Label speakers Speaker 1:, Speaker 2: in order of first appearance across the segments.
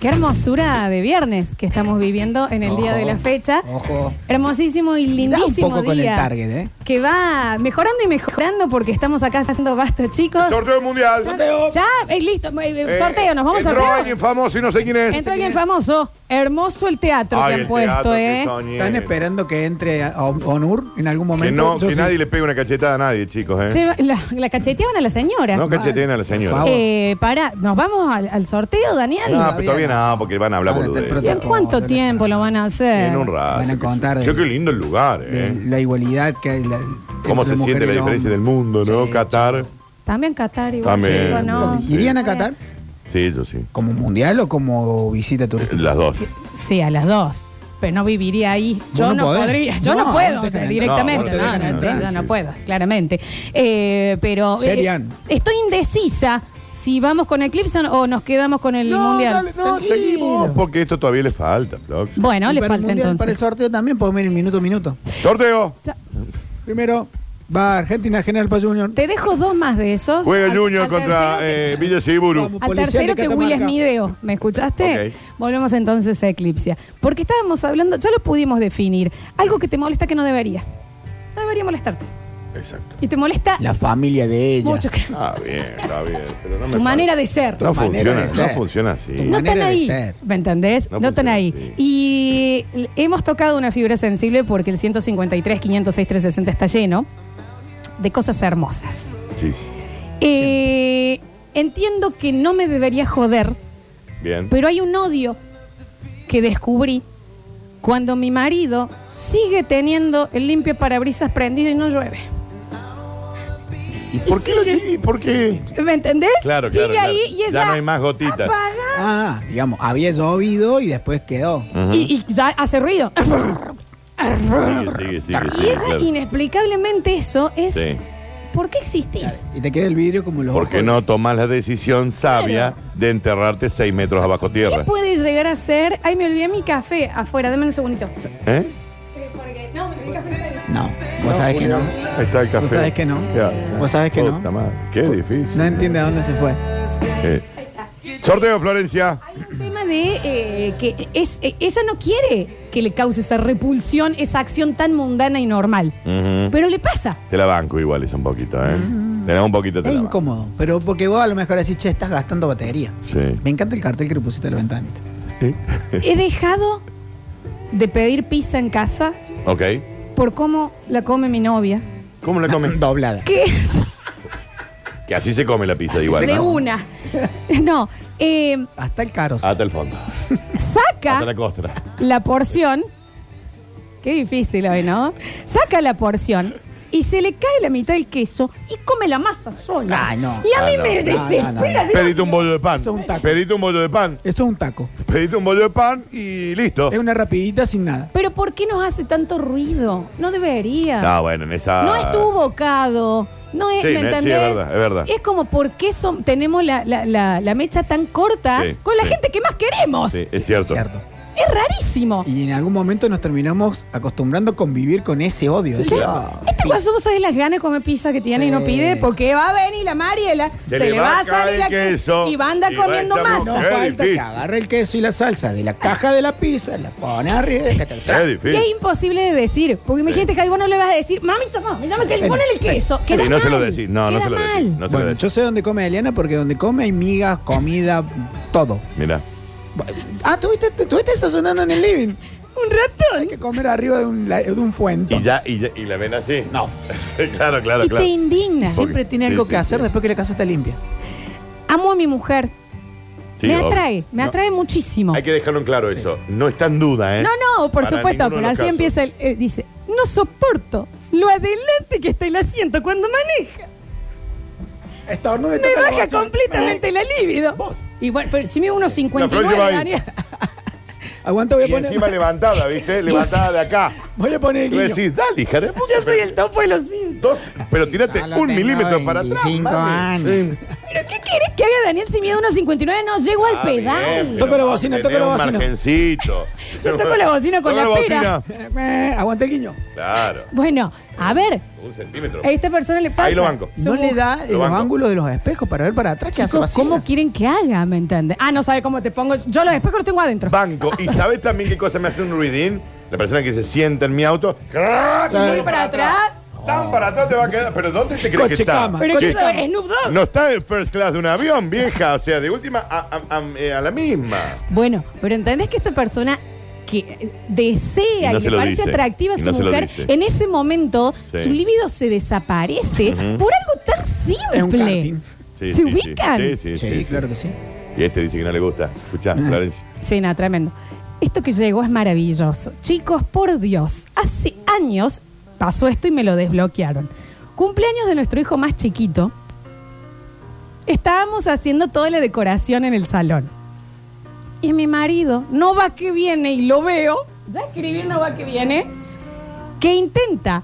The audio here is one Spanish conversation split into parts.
Speaker 1: Qué hermosura de viernes que estamos viviendo en el día
Speaker 2: Ojo,
Speaker 1: de la fecha.
Speaker 2: Ojo.
Speaker 1: Hermosísimo y
Speaker 2: Da un
Speaker 1: lindísimo
Speaker 2: poco con el
Speaker 1: día.
Speaker 2: target, ¿eh?
Speaker 1: Que va mejorando y mejorando porque estamos acá haciendo basta, chicos.
Speaker 3: Sorteo del mundial.
Speaker 1: Ya, eh, listo. eh,
Speaker 3: Eh,
Speaker 1: sorteo, nos vamos a
Speaker 3: Entró
Speaker 1: sortear.
Speaker 3: alguien famoso y no sé quién es.
Speaker 1: Entra alguien famoso. Hermoso el teatro
Speaker 3: Ay,
Speaker 1: que han
Speaker 3: el
Speaker 1: puesto,
Speaker 3: teatro, qué
Speaker 1: ¿eh?
Speaker 3: soñé.
Speaker 2: ¿Están esperando que entre a- a Onur en algún
Speaker 3: Que,
Speaker 2: momento?
Speaker 3: no,
Speaker 2: Yo
Speaker 3: que
Speaker 2: sí.
Speaker 3: nadie le pegue una cachetada a nadie, chicos, ¿eh?
Speaker 1: Che, la, la cacheteaban a la señora.
Speaker 3: no cacheteen a la Ah,
Speaker 2: Por
Speaker 3: señora.
Speaker 2: favor.
Speaker 1: Eh, para, nos vamos al, al sorteo, Daniel.
Speaker 3: No,
Speaker 2: todavía
Speaker 3: pero todavía
Speaker 2: no.
Speaker 3: nada, porque van a hablar
Speaker 2: Van a
Speaker 3: por
Speaker 2: tener
Speaker 1: ¿Y en cuánto
Speaker 2: no,
Speaker 1: tiempo
Speaker 2: no,
Speaker 1: lo van a hacer?
Speaker 3: En un rato.
Speaker 2: Van a contar de-
Speaker 3: Yo qué lindo el lugar,
Speaker 2: De
Speaker 3: ¿eh?
Speaker 2: la igualdad que hay. la-
Speaker 3: Cómo
Speaker 2: entre mujer
Speaker 3: se siente
Speaker 2: y
Speaker 3: la diferencia del
Speaker 2: hombre.
Speaker 3: mundo, ¿no?
Speaker 2: Sí,
Speaker 3: Qatar.
Speaker 1: También Qatar igual,
Speaker 3: También,
Speaker 1: chico, no.
Speaker 3: también.
Speaker 2: ¿Irían a Qatar
Speaker 3: Sí, yo sí.
Speaker 2: como mundial o como visita turística?
Speaker 3: Las dos.
Speaker 1: Sí, a las dos. Pero no viviría ahí. Yo
Speaker 2: no
Speaker 1: no,
Speaker 2: podés.
Speaker 1: podría. Yo no,
Speaker 2: No,
Speaker 1: puedo
Speaker 2: no te dejan
Speaker 1: directamente.
Speaker 3: entrar. No,
Speaker 1: No,
Speaker 3: no te
Speaker 1: no,
Speaker 3: dejan
Speaker 1: sí,
Speaker 3: entrar,
Speaker 1: yo no
Speaker 3: sí.
Speaker 1: puedo, claramente. Eh, pero. eh,
Speaker 2: Serían.
Speaker 1: estoy indecisa si vamos con Eclipse o nos quedamos con el mundial.
Speaker 3: dale, no,
Speaker 2: Tranquilo.
Speaker 3: seguimos, porque esto todavía le falta, Flox.
Speaker 1: Bueno,
Speaker 2: Y
Speaker 1: le
Speaker 2: para el
Speaker 1: falta
Speaker 2: mundial, Para el
Speaker 1: entonces.
Speaker 2: sorteo también podemos ir minuto a minuto.
Speaker 3: Sorteo.
Speaker 2: Primero va Argentina General Paz Junior.
Speaker 1: Te dejo dos más de esos.
Speaker 3: Juega
Speaker 1: Al-
Speaker 3: Junior
Speaker 1: al
Speaker 3: contra
Speaker 1: tercero te-
Speaker 3: eh, Villa Siburu.
Speaker 2: Vamos.
Speaker 1: Al
Speaker 2: Policial
Speaker 1: tercero
Speaker 2: de
Speaker 1: te Will
Speaker 2: Catamarca.
Speaker 1: Smitheo, ¿me escuchaste?
Speaker 3: Ok.
Speaker 1: Volvemos entonces a Eclipse. Porque estábamos hablando, ya lo pudimos definir, algo que te molesta que no debería. No debería molestarte.
Speaker 3: Exacto.
Speaker 1: Y te molesta
Speaker 2: La familia de ella.
Speaker 1: mucho. que-
Speaker 3: Está bien, está bien. Pero no me
Speaker 1: tu manera de ser.
Speaker 3: No
Speaker 2: Tu manera
Speaker 3: funciona,
Speaker 2: de
Speaker 3: no
Speaker 2: ser.
Speaker 3: funciona
Speaker 2: Tu
Speaker 3: así.
Speaker 1: No están
Speaker 2: manera de
Speaker 1: ahí,
Speaker 2: ser.
Speaker 1: ¿me entendés? No,
Speaker 3: No
Speaker 1: están
Speaker 3: funciona
Speaker 1: ahí. Y l- hemos tocado una fibra sensible porque el 153, 506, 360 está lleno de cosas hermosas.
Speaker 3: Sí, sí.
Speaker 1: Eh, entiendo que no me debería joder
Speaker 3: Bien.
Speaker 1: Pero hay un odio que descubrí cuando mi marido sigue teniendo el limpio parabrisas prendido y no llueve.
Speaker 3: ¿Y por qué lo sigue? ¿Por qué?
Speaker 1: ¿Me entendés?
Speaker 3: Claro,
Speaker 1: sigue
Speaker 3: claro, claro.
Speaker 1: ahí y
Speaker 3: Ya
Speaker 1: ella
Speaker 3: no hay más gotitas.
Speaker 1: apaga
Speaker 2: Ah, digamos, había llovido y después quedó.
Speaker 3: Ajá.
Speaker 1: y, y ya hace ruido.
Speaker 3: Sigue, sigue, sigue,
Speaker 1: Y
Speaker 3: sigue,
Speaker 1: ella
Speaker 3: claro.
Speaker 1: inexplicablemente eso es
Speaker 3: Sí.
Speaker 1: ¿por qué existís?
Speaker 2: Y te queda el vidrio como los
Speaker 3: ¿Por qué
Speaker 2: ojos.
Speaker 3: no tomas la decisión sabia de enterrarte seis metros abajo
Speaker 1: ¿Qué
Speaker 3: tierra?
Speaker 1: puede llegar a ser? Ay, me olvidé mi café afuera, dame un segundito.
Speaker 3: ¿Eh?
Speaker 1: No, me olvidé mi café.
Speaker 2: No, vos sabés que no.
Speaker 3: Ahí está el café.
Speaker 2: Vos sabés que no.
Speaker 3: Ya.
Speaker 2: Vos sabés que no.
Speaker 3: Puta madre, Qué difícil.
Speaker 2: No entiende a dónde se fue.
Speaker 3: Eh. Sorteo, Florencia.
Speaker 1: Hay un tema de eh, que es, eh, ella no quiere que le cause esa repulsión, esa acción tan mundana y normal.
Speaker 3: Ujú.
Speaker 1: Pero le pasa.
Speaker 3: Te la banco igual es un poquito, ¿eh? Te la un poquito. te
Speaker 2: Es
Speaker 3: la banco.
Speaker 2: incómodo, pero porque vos a lo mejor decís, che, estás gastando batería.
Speaker 3: Sí.
Speaker 2: Me encanta el cartel que le pusiste a la ventanita.
Speaker 1: He dejado de pedir pizza en casa
Speaker 3: Ok.
Speaker 1: por cómo la come mi novia.
Speaker 3: ¿Cómo la comes?
Speaker 2: Doblada.
Speaker 1: Que es
Speaker 3: Que así se come la pizza igual,
Speaker 1: de
Speaker 3: ¿no?
Speaker 1: una. No, eh,
Speaker 2: Hasta el caro.
Speaker 3: Hasta el fondo. Hasta la
Speaker 1: saca
Speaker 3: costra.
Speaker 1: la porción. Qué difícil hoy, ¿no? Saca la porción y se le cae la mitad del queso y come la masa sola.
Speaker 2: Ay, no.
Speaker 1: Y a
Speaker 3: Ah,
Speaker 1: mí
Speaker 3: no.
Speaker 1: me
Speaker 2: No, no, no.
Speaker 1: desespera. digo,
Speaker 3: Pedite un bollo de pan.
Speaker 2: Eso es un taco.
Speaker 3: Pedite un bollo de pan.
Speaker 2: Eso es un taco.
Speaker 3: Pedite un bollo de pan y listo.
Speaker 2: Es una rapidita sin nada.
Speaker 1: Pero ¿por qué nos hace tanto ruido? No debería.
Speaker 3: No, bueno, en esa.
Speaker 1: No es tu bocado. No es,
Speaker 3: Sí,
Speaker 1: ¿me
Speaker 3: ne- sí,
Speaker 1: entendés?
Speaker 3: es verdad, es verdad.
Speaker 1: como por qué son- tenemos la, la- la- la mecha tan corta
Speaker 3: Sí,
Speaker 1: con la
Speaker 3: sí.
Speaker 1: gente que más queremos.
Speaker 3: Sí, es cierto.
Speaker 2: Cierto.
Speaker 1: Es rarísimo.
Speaker 2: Y en algún momento nos terminamos acostumbrando a convivir con ese odio. Decir,
Speaker 3: claro.
Speaker 2: "Ah,
Speaker 1: Este guaso vos sabés las ganas de comer pizza que tiene y no
Speaker 2: Sí.
Speaker 1: pide porque va a venir la Mariela, se, le va a
Speaker 3: caer
Speaker 1: salir la
Speaker 3: el queso
Speaker 1: y va a andar
Speaker 3: y va a
Speaker 1: comiendo
Speaker 3: echar
Speaker 1: masa.
Speaker 2: no
Speaker 3: Qué
Speaker 2: falta
Speaker 3: difícil.
Speaker 2: que agarre el queso y la salsa de la caja de la pizza, la pone arriba. y
Speaker 3: Es
Speaker 2: ta,
Speaker 1: Y
Speaker 3: difícil.
Speaker 1: es imposible de decir, porque imagínate que a vos no le vas a decir, mami, toma, dame que le
Speaker 2: Ven,
Speaker 1: ponen el
Speaker 2: ven.
Speaker 1: queso.
Speaker 3: Sí,
Speaker 1: Queda
Speaker 3: no se lo
Speaker 1: mal,
Speaker 3: decís. No, no
Speaker 1: queda
Speaker 3: se lo
Speaker 1: mal.
Speaker 3: decís. No
Speaker 2: ta.
Speaker 3: se lo
Speaker 2: Bueno,
Speaker 3: decís.
Speaker 2: yo sé dónde come Eliana porque donde come hay migas, comida, todo.
Speaker 3: Mirá.
Speaker 2: Ah, ¿tuviste, tuviste sazonando en el living?
Speaker 1: Un ratón.
Speaker 2: Hay que comer arriba de un, la- de un fuente.
Speaker 3: Y ya, y ya, y la ven así. No. claro, claro,
Speaker 1: y
Speaker 3: claro.
Speaker 1: te indigna.
Speaker 2: Siempre
Speaker 3: Ok.
Speaker 2: tiene
Speaker 3: Sí,
Speaker 2: algo
Speaker 3: sí,
Speaker 2: que hacer
Speaker 3: sí.
Speaker 2: después que la casa está limpia.
Speaker 1: Amo a mi mujer.
Speaker 3: Sí,
Speaker 1: me
Speaker 3: obvio.
Speaker 1: atrae, me
Speaker 3: No,
Speaker 1: atrae muchísimo.
Speaker 3: Hay que dejarlo en claro eso. No está en duda, ¿eh?
Speaker 1: No, no, por
Speaker 3: Para ninguno
Speaker 1: supuesto, pero
Speaker 3: de los
Speaker 1: así
Speaker 3: casos.
Speaker 1: empieza el. eh, dice, no soporto lo adelante que está el asiento cuando maneja.
Speaker 2: Estornudo y
Speaker 1: Me
Speaker 2: toca la
Speaker 1: baja
Speaker 2: bocina.
Speaker 1: completamente la libido. Y bueno, pero si me unos
Speaker 3: La
Speaker 1: 59,
Speaker 3: Florencia va ahí.
Speaker 1: Daniel.
Speaker 2: Aguanta, voy a
Speaker 3: Y
Speaker 2: poner.
Speaker 3: encima levantada, ¿viste? Levantada de acá.
Speaker 2: Voy a poner el
Speaker 3: Tú
Speaker 2: guiño.
Speaker 3: decís, dale, hija de puta.
Speaker 1: Yo soy el topo de los Sims.
Speaker 3: Dos, pero tirate
Speaker 2: Solo
Speaker 3: un
Speaker 2: tengo
Speaker 3: milímetro para atrás.
Speaker 2: 25
Speaker 3: mami.
Speaker 2: años.
Speaker 3: Eh,
Speaker 1: Pero ¿Qué querés que haga Daniel si mide 1,59? No llego al
Speaker 3: Está Ah, bien,
Speaker 1: pedal.
Speaker 3: pero
Speaker 2: Toca la bocina, toca la
Speaker 3: tenés un
Speaker 2: bocina.
Speaker 3: margencito.
Speaker 1: Yo toco la bocina con
Speaker 3: Toca
Speaker 1: la pera.
Speaker 3: bocina.
Speaker 2: Eh, aguante el guiño.
Speaker 3: Claro,
Speaker 1: Bueno, a ver,
Speaker 3: un centímetro.
Speaker 1: a esta persona le pasa.
Speaker 3: Ahí lo banco.
Speaker 1: Su
Speaker 2: No le da
Speaker 3: Lo
Speaker 2: los
Speaker 3: banco.
Speaker 2: ángulos de los espejos para ver para atrás que hace
Speaker 1: Chicos,
Speaker 2: vacía.
Speaker 1: ¿cómo quieren que haga? ¿Me entiendes? Ah, no sabe cómo te pongo. Yo los espejos los tengo adentro.
Speaker 3: Banco. ¿Y sabes también qué cosa me hace un ruidín? La persona que se sienta en mi auto. ¡crac!
Speaker 1: Voy
Speaker 2: ¿Sabe?
Speaker 1: para atrás.
Speaker 3: Tan para atrás te va a quedar. ¿Pero dónde te crees
Speaker 2: Coche
Speaker 3: que está?
Speaker 2: cama,
Speaker 1: Pero
Speaker 3: ¿Qué?
Speaker 1: que eso es Snoop Dogg.
Speaker 3: No está en first class de un avión, vieja. O sea, de última a, a- a- eh, a la misma.
Speaker 1: Bueno, pero ¿entendés que esta persona que eh, desea
Speaker 3: Y
Speaker 1: y,
Speaker 3: no se
Speaker 1: le
Speaker 3: lo
Speaker 1: parece
Speaker 3: dice.
Speaker 1: atractiva a
Speaker 3: Y
Speaker 1: su
Speaker 3: no se lo
Speaker 1: mujer,
Speaker 3: dice.
Speaker 1: en ese momento
Speaker 3: Sí.
Speaker 1: su libido se desaparece
Speaker 3: Ujú.
Speaker 1: por algo tan simple?
Speaker 2: Es un karting.
Speaker 3: Sí, sí,
Speaker 1: ¿Se
Speaker 3: sí.
Speaker 1: ubican?
Speaker 3: Sí, sí,
Speaker 2: Sí,
Speaker 3: sí, sí.
Speaker 2: claro Ah. que sí.
Speaker 3: Y este dice que no le gusta. Escuchá, Florencia.
Speaker 1: Sí, nada, tremendo. Esto que llegó es maravilloso. Chicos, por Dios, hace años pasó esto y me lo desbloquearon. Cumpleaños de nuestro hijo más chiquito. Estábamos haciendo toda la decoración en el salón. Y mi marido, no va que viene y lo veo, ya escribí no va que viene, que intenta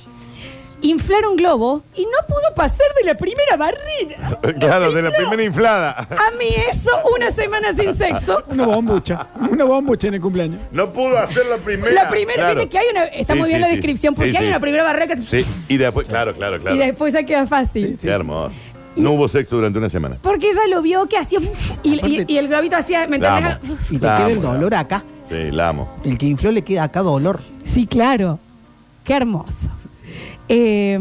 Speaker 1: inflar un globo y no pudo pasar de la primera barrera.
Speaker 3: Claro, de la primera inflada.
Speaker 1: A mí eso, una semana sin sexo.
Speaker 2: Una bombucha. Una bombucha en el cumpleaños.
Speaker 3: No pudo hacer la primera.
Speaker 1: La primera,
Speaker 3: claro.
Speaker 1: viste que hay una. Está
Speaker 3: Sí,
Speaker 1: muy bien
Speaker 3: sí,
Speaker 1: la
Speaker 3: sí.
Speaker 1: descripción,
Speaker 3: Sí,
Speaker 1: porque hay
Speaker 3: sí.
Speaker 1: una primera barrera que.
Speaker 3: Sí, y después, claro, claro, claro.
Speaker 1: Y después ya queda fácil.
Speaker 3: Qué hermoso. No hubo sexo durante una semana.
Speaker 1: Porque ella lo vio que hacía. Y, y- y el globito hacía. ¿Me
Speaker 3: La
Speaker 1: entendés?
Speaker 3: amo.
Speaker 2: Y te
Speaker 3: La
Speaker 2: queda el
Speaker 3: amo, la amo.
Speaker 2: dolor acá.
Speaker 3: Sí, la amo.
Speaker 2: El que infló le queda acá dolor.
Speaker 1: Sí, claro. Qué hermoso. Eh,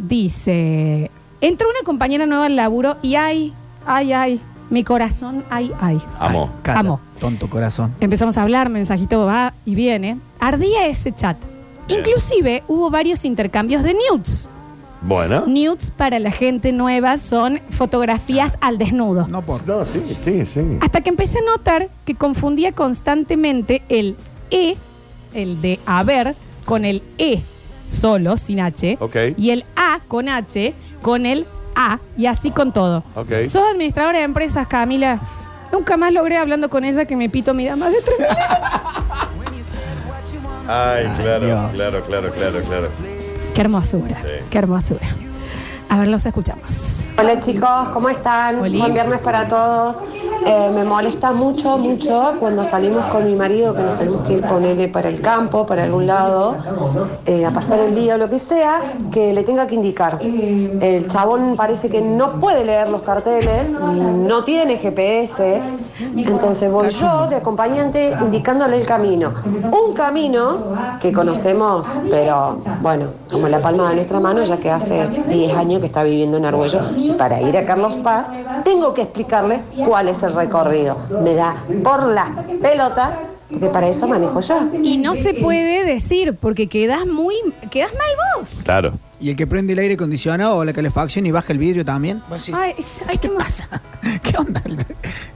Speaker 1: dice. Entró una compañera nueva al laburo y ay, ay, ay. Mi corazón, ay, ay.
Speaker 3: Amo.
Speaker 2: Ay, calla,
Speaker 1: Amo.
Speaker 2: Tonto corazón.
Speaker 1: Empezamos a hablar, mensajito va y viene. Ardía ese chat.
Speaker 3: Bien.
Speaker 1: Inclusive hubo varios intercambios de nudes.
Speaker 3: Bueno.
Speaker 1: Nudes para la gente nueva son fotografías al desnudo.
Speaker 2: No por.
Speaker 3: No, sí, sí, sí.
Speaker 1: Hasta que empecé a notar que confundía constantemente el E, el de haber, con el E solo, sin H.
Speaker 3: Ok.
Speaker 1: Y el A con H, con el A, y así con todo.
Speaker 3: Ok.
Speaker 1: Sos administradora de empresas, Camila. Nunca más logré hablando con ella que me pito mi más de tres mil.
Speaker 3: Ay, claro,
Speaker 2: Dios.
Speaker 3: claro, claro, claro, claro.
Speaker 1: Qué hermosura,
Speaker 3: Sí.
Speaker 1: qué hermosura. A ver, los escuchamos.
Speaker 4: Hola chicos, ¿cómo están?
Speaker 1: Hola.
Speaker 4: Buen viernes para todos. Eh, me molesta mucho, mucho cuando salimos con mi marido, que nos tenemos que ir con él para el campo, para algún lado, eh, a pasar el día o lo que sea, que le tenga que indicar. El chabón parece que no puede leer los carteles, no tiene GPS, entonces voy yo de acompañante indicándole el camino. Un camino que conocemos, pero bueno, como la palma de nuestra mano, ya que hace 10 años que está viviendo en Argüello. Y para ir a Carlos Paz, tengo que explicarle cuál es el recorrido. Me da por las pelotas, porque para eso manejo yo.
Speaker 1: Y no se puede decir porque quedas muy. quedas mal vos.
Speaker 3: Claro.
Speaker 2: Y el que prende el aire acondicionado o la calefacción y baja el vidrio también. Ah, Vos decís,
Speaker 1: Ay, es- ay, qué pasa?
Speaker 2: ¿Qué onda?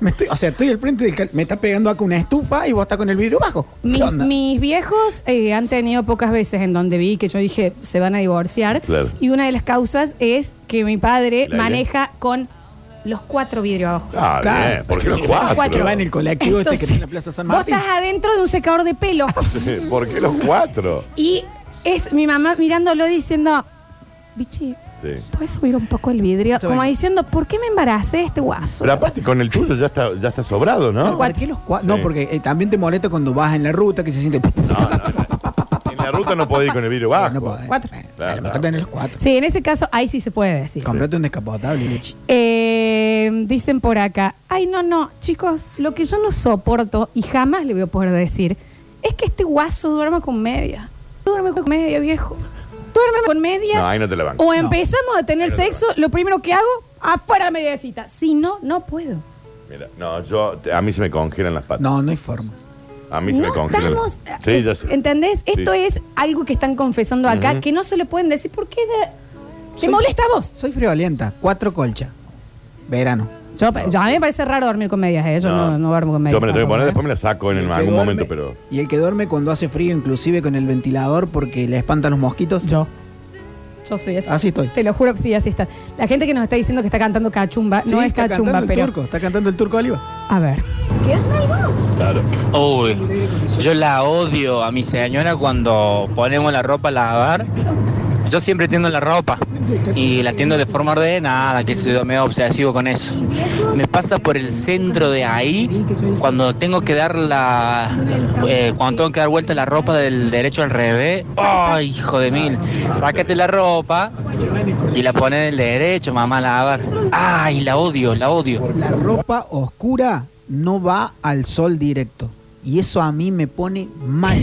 Speaker 2: Me estoy, o sea, estoy al frente del cal- me está pegando acá una estufa y vos estás con el vidrio bajo. ¿Qué
Speaker 1: Mi-
Speaker 2: onda?
Speaker 1: mis viejos eh, han tenido pocas veces en donde vi que yo dije se van a divorciar.
Speaker 3: Claro.
Speaker 1: Y una de las causas es que mi padre
Speaker 3: ¿El aire?
Speaker 1: maneja con los cuatro vidrios abajo.
Speaker 3: Ah,
Speaker 2: Claro.
Speaker 3: bien, porque los
Speaker 2: Los
Speaker 3: cuatro.
Speaker 2: cuatro. Que va en el colectivo este que tiene la Plaza San Martín.
Speaker 1: Vos estás adentro de un secador de pelo.
Speaker 3: Sí, ¿Por qué los cuatro?
Speaker 1: y es mi mamá mirándolo diciendo, bichi,
Speaker 3: Sí.
Speaker 1: ¿puedes subir un poco el vidrio?
Speaker 2: Está
Speaker 1: Como
Speaker 2: bien.
Speaker 1: diciendo, ¿por qué me embaracé de este guaso?
Speaker 3: Pero aparte, con el tuyo ya está, ya está sobrado,
Speaker 2: No,
Speaker 3: ¿no?
Speaker 2: ¿para qué los cua- no,
Speaker 3: Sí.
Speaker 2: porque eh, también te molesta cuando vas en la ruta que se siente.
Speaker 3: En la ruta no podés ir con el vidrio
Speaker 2: No
Speaker 3: bajo.
Speaker 2: podés.
Speaker 1: Cuatro.
Speaker 2: Eh, a
Speaker 3: Claro,
Speaker 2: lo mejor
Speaker 3: claro.
Speaker 2: tenés los cuatro.
Speaker 1: Sí, en ese caso ahí sí se puede decir.
Speaker 2: Comprate un descapotable, Lichi.
Speaker 1: Eh, dicen por acá, ay no, no, chicos, lo que yo no soporto y jamás le voy a poder decir es que este guaso duerma con media. Duerme con media, viejo. Duerme con media.
Speaker 3: No, ahí no te la banco.
Speaker 1: o empezamos a tener
Speaker 3: Ahí no te
Speaker 1: sexo, lo primero que hago, ah, para la mediacita. Si no, no puedo.
Speaker 3: Mira, no, yo, a mí se me congelan las patas.
Speaker 2: No, no hay forma.
Speaker 3: A mí se me
Speaker 1: No
Speaker 3: congelan. las-
Speaker 1: estamos. eh,
Speaker 3: Sí, ya sé.
Speaker 1: ¿Entendés? Esto
Speaker 3: Sí.
Speaker 1: es algo que están confesando acá
Speaker 3: Ujú.
Speaker 1: que no se lo pueden decir porque de- te
Speaker 2: Soy-
Speaker 1: molesta a vos.
Speaker 2: Soy friolenta. Cuatro colchas. Verano.
Speaker 1: Yo, yo- a mí me parece raro dormir con medias, ¿eh? yo no, no duermo con medias.
Speaker 3: Yo me la tengo que poner,
Speaker 1: tampoco, ¿eh?
Speaker 3: después me la saco en
Speaker 2: Y el que
Speaker 3: algún
Speaker 2: duerme-
Speaker 3: momento, pero.
Speaker 2: Y el que duerme cuando hace frío, inclusive con el ventilador porque le espantan los mosquitos.
Speaker 1: Yo. Yo soy así.
Speaker 2: Así estoy.
Speaker 1: Te lo juro que sí, así está. La gente que nos está diciendo que está cantando cachumba,
Speaker 2: Sí,
Speaker 1: no es
Speaker 2: está
Speaker 1: cachumba,
Speaker 2: cantando el
Speaker 1: pero.
Speaker 2: turco, está cantando el turco Oliva.
Speaker 1: A ver.
Speaker 3: Claro.
Speaker 5: Uy, yo la odio a mi señora cuando ponemos la ropa a lavar. Yo siempre tiendo la ropa y la tiendo de forma ordenada, que se yo, medio obsesivo con eso. Me pasa por el centro de ahí cuando tengo que dar la eh, cuando tengo que dar vuelta la ropa del derecho al revés. ¡Ay, hijo de mil! Sácate la ropa y la pones del derecho, mamá lavar. ¡Ay, la odio, la odio!
Speaker 2: La ropa oscura no va al sol directo. Y eso a mí me pone mal.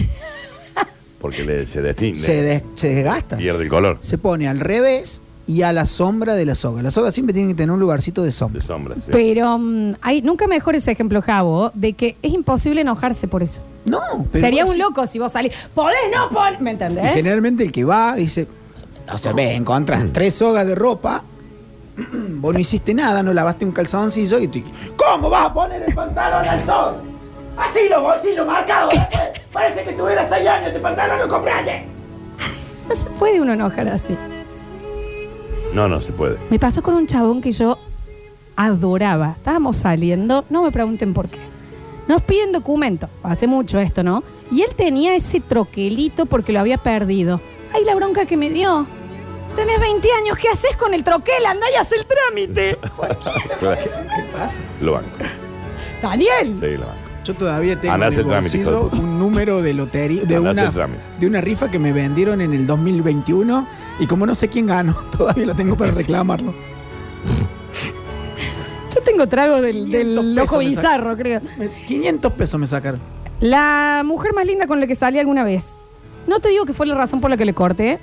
Speaker 3: Porque le- se destinde.
Speaker 2: Se, des- se desgasta.
Speaker 3: Pierde el color
Speaker 2: Se pone al revés y a la sombra de la soga. La soga siempre tiene que tener un lugarcito de
Speaker 3: de
Speaker 2: sombra.
Speaker 3: sombra. sí.
Speaker 1: Pero mm, hay, nunca mejor ese ejemplo, Javo, de que es imposible enojarse por eso.
Speaker 2: No, pero
Speaker 1: Sería
Speaker 2: vos
Speaker 1: un
Speaker 2: decís-
Speaker 1: loco ¿eh? si vos salís. ¡Podés no pon-! ¿Me
Speaker 2: Y
Speaker 1: entendés?
Speaker 2: generalmente el que va dice, o sea, ve, encontrás tres sogas de ropa, vos no hiciste nada, no lavaste un calzoncillo y tú, ¿cómo vas a poner el pantalón al sol? Así los bolsillos marcados, después. parece que tuvieras seis años, este pantalón lo compraste.
Speaker 1: No se puede uno enojar así.
Speaker 3: No, no se puede.
Speaker 1: Me pasó con un chabón que yo adoraba. Estábamos saliendo, no me pregunten por qué. Nos piden documento, hace mucho esto, ¿no? Y él tenía ese troquelito porque lo había perdido. Ay, la bronca que me dio. Tenés 20 años, ¿qué haces con el troquel? Andá y haz el trámite.
Speaker 3: Lo banco.
Speaker 1: Daniel.
Speaker 3: Sí, lo banco.
Speaker 2: Yo todavía tengo
Speaker 3: Andá a
Speaker 2: en el
Speaker 3: hacer trámite, hijo de
Speaker 2: bolsillo
Speaker 3: puta.
Speaker 2: un número de lotería, de
Speaker 3: Andá a hacer
Speaker 2: una,
Speaker 3: trámite.
Speaker 2: de una rifa que me vendieron en el 2021 y como no sé quién ganó, todavía lo tengo para reclamarlo.
Speaker 1: Yo tengo trago del,
Speaker 2: 500
Speaker 1: del
Speaker 2: pesos
Speaker 1: ojo
Speaker 2: me saca.
Speaker 1: bizarro, creo.
Speaker 2: Me- 500 pesos me sacaron.
Speaker 1: La mujer más linda con la que salí alguna vez. No te digo que fue la razón por la que le corté,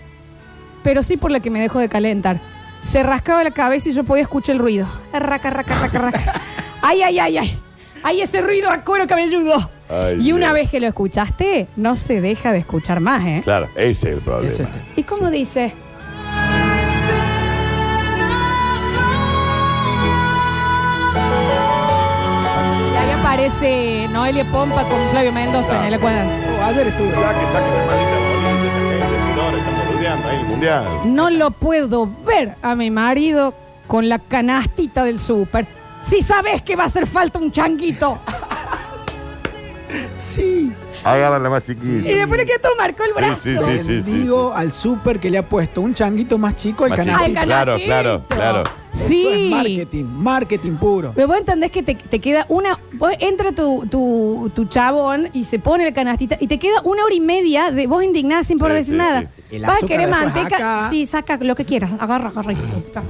Speaker 1: pero sí por la que me dejó de calentar. Se rascaba la cabeza y yo podía escuchar el ruido. Raca, raca, raca, raca. Ay, ay, ay, ay. Ay, ese ruido a cuero cabelludo.
Speaker 3: Ay,
Speaker 1: y una
Speaker 3: Dios.
Speaker 1: vez que lo escuchaste, no se deja de escuchar más, ¿eh?
Speaker 3: Claro, ese es el problema.
Speaker 2: Ese es este. el-
Speaker 1: ¿Y cómo dice? Y ahí aparece Noelia Pompa con Flavio Mendoza en el Ecuador.
Speaker 2: Oh, ayer estuve.
Speaker 3: Ya que saque la maldita bolita, esa gente, señores, están boludeando ahí el mundial.
Speaker 1: No lo puedo ver a mi marido con la canastita del súper. Si sabes que va a hacer falta un changuito.
Speaker 2: Sí.
Speaker 3: Agarra la más chiquita.
Speaker 1: Y después que tú marcó el brazo.
Speaker 3: Sí, sí, sí, sí,
Speaker 2: Digo al súper que le ha puesto un changuito más chico al
Speaker 3: Más chico.
Speaker 1: Al
Speaker 2: canal.
Speaker 3: Ay, Claro,
Speaker 1: canastito.
Speaker 3: claro, claro.
Speaker 2: Eso es
Speaker 1: Sí.
Speaker 2: marketing, marketing puro.
Speaker 1: Pero vos entendés que te, te queda una. vos entra tu, tu, tu chabón y se pone la canastita y te queda una hora y media de vos indignada sin poder
Speaker 3: Sí,
Speaker 1: decir
Speaker 3: sí,
Speaker 1: nada.
Speaker 3: sí.
Speaker 2: El
Speaker 1: Vas a
Speaker 2: azúcar
Speaker 1: querer
Speaker 2: después
Speaker 1: manteca.
Speaker 2: acá.
Speaker 1: Sí, saca lo que quieras. Agarra, agarra. y está.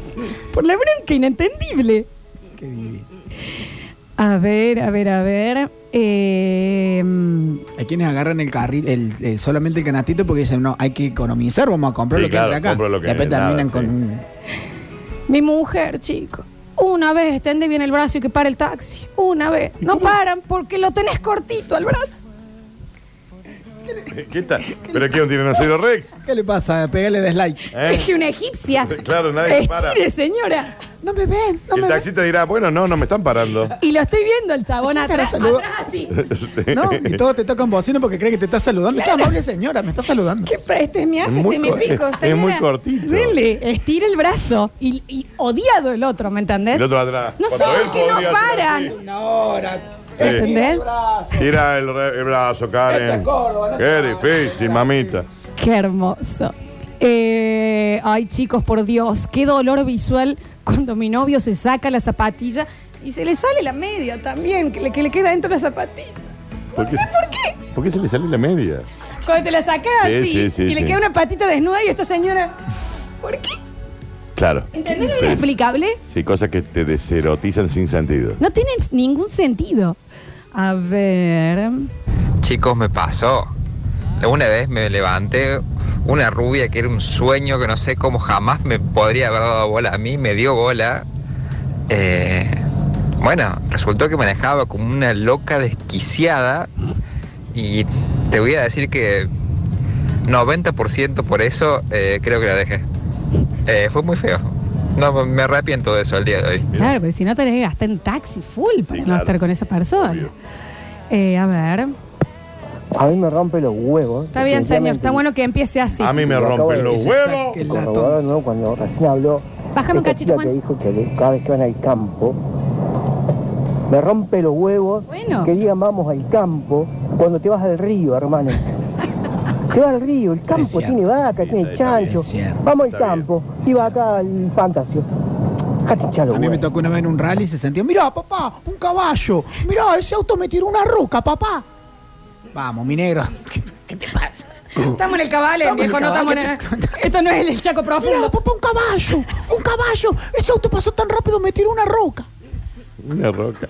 Speaker 1: Por la bronca, inentendible.
Speaker 2: Qué divino.
Speaker 1: A ver, a ver, a ver. Eh.
Speaker 2: Hay quienes agarran el carrito, el, el- solamente el canastito porque dicen, no, hay que economizar, vamos a comprar
Speaker 3: Sí,
Speaker 2: lo que
Speaker 3: claro,
Speaker 2: entra acá.
Speaker 3: compro lo que
Speaker 2: Después
Speaker 3: nada,
Speaker 2: terminan
Speaker 3: sí.
Speaker 2: con un-
Speaker 1: Mi mujer, chico. Una vez extende bien el brazo y que para el taxi. Una vez. No paran porque lo tenés cortito al brazo.
Speaker 3: ¿Qué tal? ¿Pero qué? ¿Un tiranosaurio Rex?
Speaker 2: ¿Qué le pasa? Pégale dislike.
Speaker 3: ¿Eh?
Speaker 1: Es que una egipcia.
Speaker 3: Claro, nadie lo para.
Speaker 1: Estire, señora.
Speaker 2: No me ven, no
Speaker 3: Y el
Speaker 2: me
Speaker 3: taxista dirá, bueno, no, no me están parando.
Speaker 1: Y lo estoy viendo el chabón
Speaker 2: ¿Qué cara
Speaker 1: atrás,
Speaker 2: saludó?
Speaker 1: atrás así.
Speaker 2: ven. No, y todos te tocan bocina porque creen que te está saludando. Qué amable señora, me está saludando.
Speaker 1: ¿Qué prestes me hace
Speaker 3: Es muy
Speaker 1: este mi
Speaker 3: cor-
Speaker 1: pico,
Speaker 3: es
Speaker 1: señora?
Speaker 3: muy cortito.
Speaker 1: Dele, estira el brazo. Y, y odiado el otro, ¿me entendés?
Speaker 3: El otro atrás.
Speaker 1: No sé
Speaker 3: Cuando
Speaker 1: por
Speaker 3: él
Speaker 1: qué no
Speaker 3: podría hacer
Speaker 1: paran.
Speaker 3: así.
Speaker 2: Una hora.
Speaker 3: Sí.
Speaker 1: ¿Entendés?
Speaker 3: Tira el, re- el brazo,
Speaker 2: Este
Speaker 3: Karen. Qué difícil, mamita.
Speaker 1: Qué hermoso. Eh, ay, chicos, por Dios, qué dolor visual cuando mi novio se saca la zapatilla y se le sale la media también, que le, que le queda dentro la zapatilla.
Speaker 3: ¿Por qué,
Speaker 1: ¿Por qué?
Speaker 3: por qué se le sale la media?
Speaker 1: Cuando te la sacas
Speaker 3: Sí,
Speaker 1: así
Speaker 3: sí, sí,
Speaker 1: y le
Speaker 3: sí.
Speaker 1: queda una patita desnuda y esta señora. ¿Por qué?
Speaker 3: Claro.
Speaker 1: ¿Entendés lo
Speaker 3: Sí.
Speaker 1: inexplicable?
Speaker 3: Sí, cosas que te deserotizan sin sentido.
Speaker 1: No tiene ningún sentido. A ver.
Speaker 6: Chicos, me pasó. Una vez me levanté una rubia que era un sueño que no sé cómo jamás me podría haber dado bola a mí, me dio bola. Eh, bueno, resultó que manejaba como una loca desquiciada y te voy a decir que 90% por eso eh, creo que la dejé. Eh, fue muy feo. No, me arrepiento de eso al día de hoy.
Speaker 3: Bien.
Speaker 1: Claro, porque si no tenés que gastar en taxi full para no
Speaker 3: claro.
Speaker 1: estar con esa persona.
Speaker 3: Obvio.
Speaker 1: Eh, a ver.
Speaker 7: A mí me rompe los huevos.
Speaker 1: Está bien, señor. Está bueno que empiece así.
Speaker 3: A mí me
Speaker 7: Lo acabo
Speaker 3: rompen
Speaker 7: de
Speaker 3: los
Speaker 2: que se
Speaker 3: huevos.
Speaker 2: saque el
Speaker 7: Corroborado
Speaker 2: dato.
Speaker 7: de nuevo cuando recién habló.
Speaker 1: Bájame un
Speaker 7: esta
Speaker 1: cachito,
Speaker 7: chica que
Speaker 1: Juan.
Speaker 7: dijo que le- cada vez que van al campo, me rompe los huevos
Speaker 1: Bueno.
Speaker 7: que digan vamos al campo cuando te vas al río, hermano. Se va al río, el campo tiene vaca, tiene chancho. Vamos al campo. Y va acá al fantasio. Acá te hincha los
Speaker 2: A mí me
Speaker 7: huevos.
Speaker 2: tocó una vez en un rally y se sentía, mirá, papá, un caballo. Mirá, ese auto me tiró una ruca, papá. Vamos, mi negro. ¿Qué, qué te pasa?
Speaker 1: Estamos en el cabal,
Speaker 2: Estamos en
Speaker 1: viejo,
Speaker 2: el
Speaker 1: no estamos en
Speaker 2: cabal,
Speaker 1: el- Esto no es el chaco
Speaker 2: Mirá,
Speaker 1: profundo.
Speaker 2: papá, un caballo. Un caballo. Ese auto pasó tan rápido, me tiró una ruca.
Speaker 3: Una roca.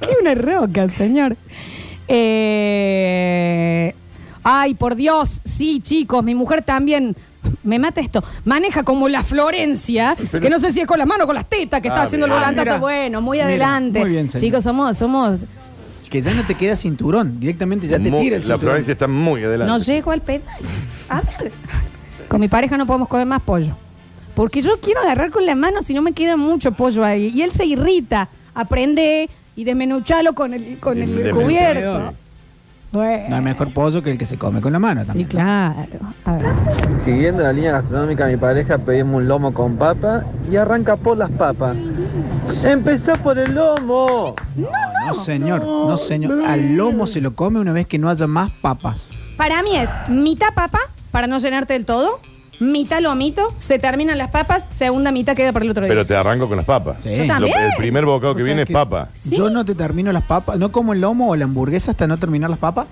Speaker 1: ¡Qué una roca, señor! Eh, Ay, por Dios, sí, chicos, mi mujer también. Me mata esto. Maneja como la Florencia, que no sé si es con las manos o con las tetas que
Speaker 3: Ah,
Speaker 1: está haciendo el
Speaker 3: mira.
Speaker 1: volantazo.
Speaker 2: Ah, mira.
Speaker 1: bueno, muy
Speaker 2: Mira,
Speaker 1: adelante.
Speaker 2: muy bien, señor.
Speaker 1: Chicos, somos, somos.
Speaker 2: Que ya no te queda cinturón. Directamente ya te
Speaker 3: Mu-
Speaker 2: tira el
Speaker 3: la
Speaker 2: cinturón.
Speaker 3: Florencia está muy adelante.
Speaker 1: No llego al pedal. A ver. Con mi pareja no podemos comer más pollo. Porque yo quiero agarrar con la mano si no me queda mucho pollo ahí. Y él se irrita. Aprende y desmenuchalo con el, con el,
Speaker 3: Desmenuchalo.
Speaker 1: cubierto.
Speaker 2: Sí.
Speaker 1: Bueno.
Speaker 2: No hay mejor pollo que el que se come con la mano
Speaker 1: Sí,
Speaker 2: también.
Speaker 1: claro. A ver.
Speaker 8: Siguiendo la línea gastronómica, mi pareja pedimos un lomo con papa y arranca por las papas. ¡Empezá por el lomo!
Speaker 2: No, señor, no, señor. Al lomo se lo come una vez que no haya más papas.
Speaker 1: Para mí es mitad papa, para no llenarte del todo, mitad lomito, se terminan las papas, segunda mitad queda para el otro día.
Speaker 3: Pero te arranco con las papas.
Speaker 2: Sí.
Speaker 1: Yo también.
Speaker 3: el primer bocado que
Speaker 2: O sea
Speaker 3: viene es
Speaker 2: que
Speaker 3: papa.
Speaker 1: Sí.
Speaker 2: Yo no te termino las papas. No como el lomo o la hamburguesa hasta no terminar las papas.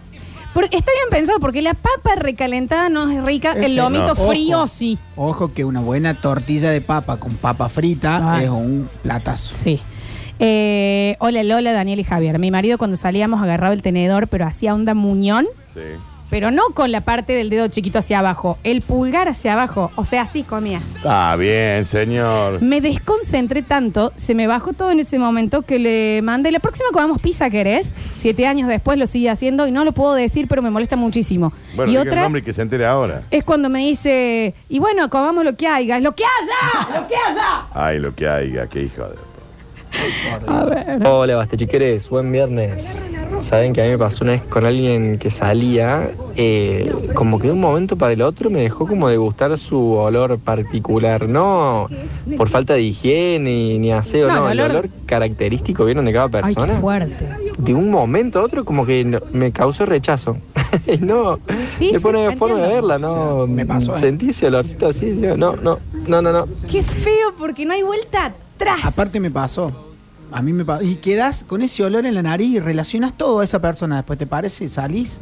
Speaker 1: Pero está bien pensado, porque la papa recalentada no es rica, el lomito
Speaker 2: No.
Speaker 1: frío
Speaker 2: Ojo.
Speaker 1: sí.
Speaker 2: Ojo que una buena tortilla de papa con papa frita
Speaker 1: Ah,
Speaker 2: es
Speaker 1: sí.
Speaker 2: un platazo.
Speaker 1: Sí. Eh, hola Lola, Daniel y Javier. Mi marido cuando salíamos agarraba el tenedor, pero hacía onda muñón,
Speaker 3: Sí.
Speaker 1: pero no con la parte del dedo chiquito hacia abajo, el pulgar hacia abajo, o sea, así comía.
Speaker 3: Está Ah, bien, señor.
Speaker 1: Me desconcentré tanto, se me bajó todo en ese momento que le mandé, la próxima comemos pizza, ¿querés? Siete años después lo sigue haciendo y no lo puedo decir, pero me molesta muchísimo.
Speaker 3: Bueno,
Speaker 1: y
Speaker 3: diga el
Speaker 1: otra
Speaker 3: nombre y que se entere ahora.
Speaker 1: es cuando me dice, y bueno, comamos lo que haya, es lo que haya, lo que haya.
Speaker 3: Ay, lo que haya, qué hijo de.
Speaker 8: Hola, bastachiqueres, buen viernes. Saben que a mí me pasó una vez con alguien que salía, eh, como que de un momento para el otro me dejó como degustar su olor particular, no por falta de higiene ni aseo,
Speaker 1: No,
Speaker 8: no,
Speaker 1: el
Speaker 8: el,
Speaker 1: olor-
Speaker 8: olor... característico, ¿vieron de cada
Speaker 1: Ay, qué
Speaker 8: persona?
Speaker 1: fuerte.
Speaker 8: de un momento a otro como que no- me causó rechazo. Y no,
Speaker 1: Sí,
Speaker 8: después
Speaker 1: sí,
Speaker 8: no había forma de
Speaker 1: entiendo.
Speaker 8: verla, no.
Speaker 2: O sea, me pasó, ¿eh?
Speaker 8: Sentí ese olorcito así, sí, no, no, no, no, no.
Speaker 1: Qué feo porque no hay vuelta atrás.
Speaker 2: Aparte me pasó. A mí me pasó. Y quedas con ese olor en la nariz y relacionas todo a esa persona. Después te parece, salís,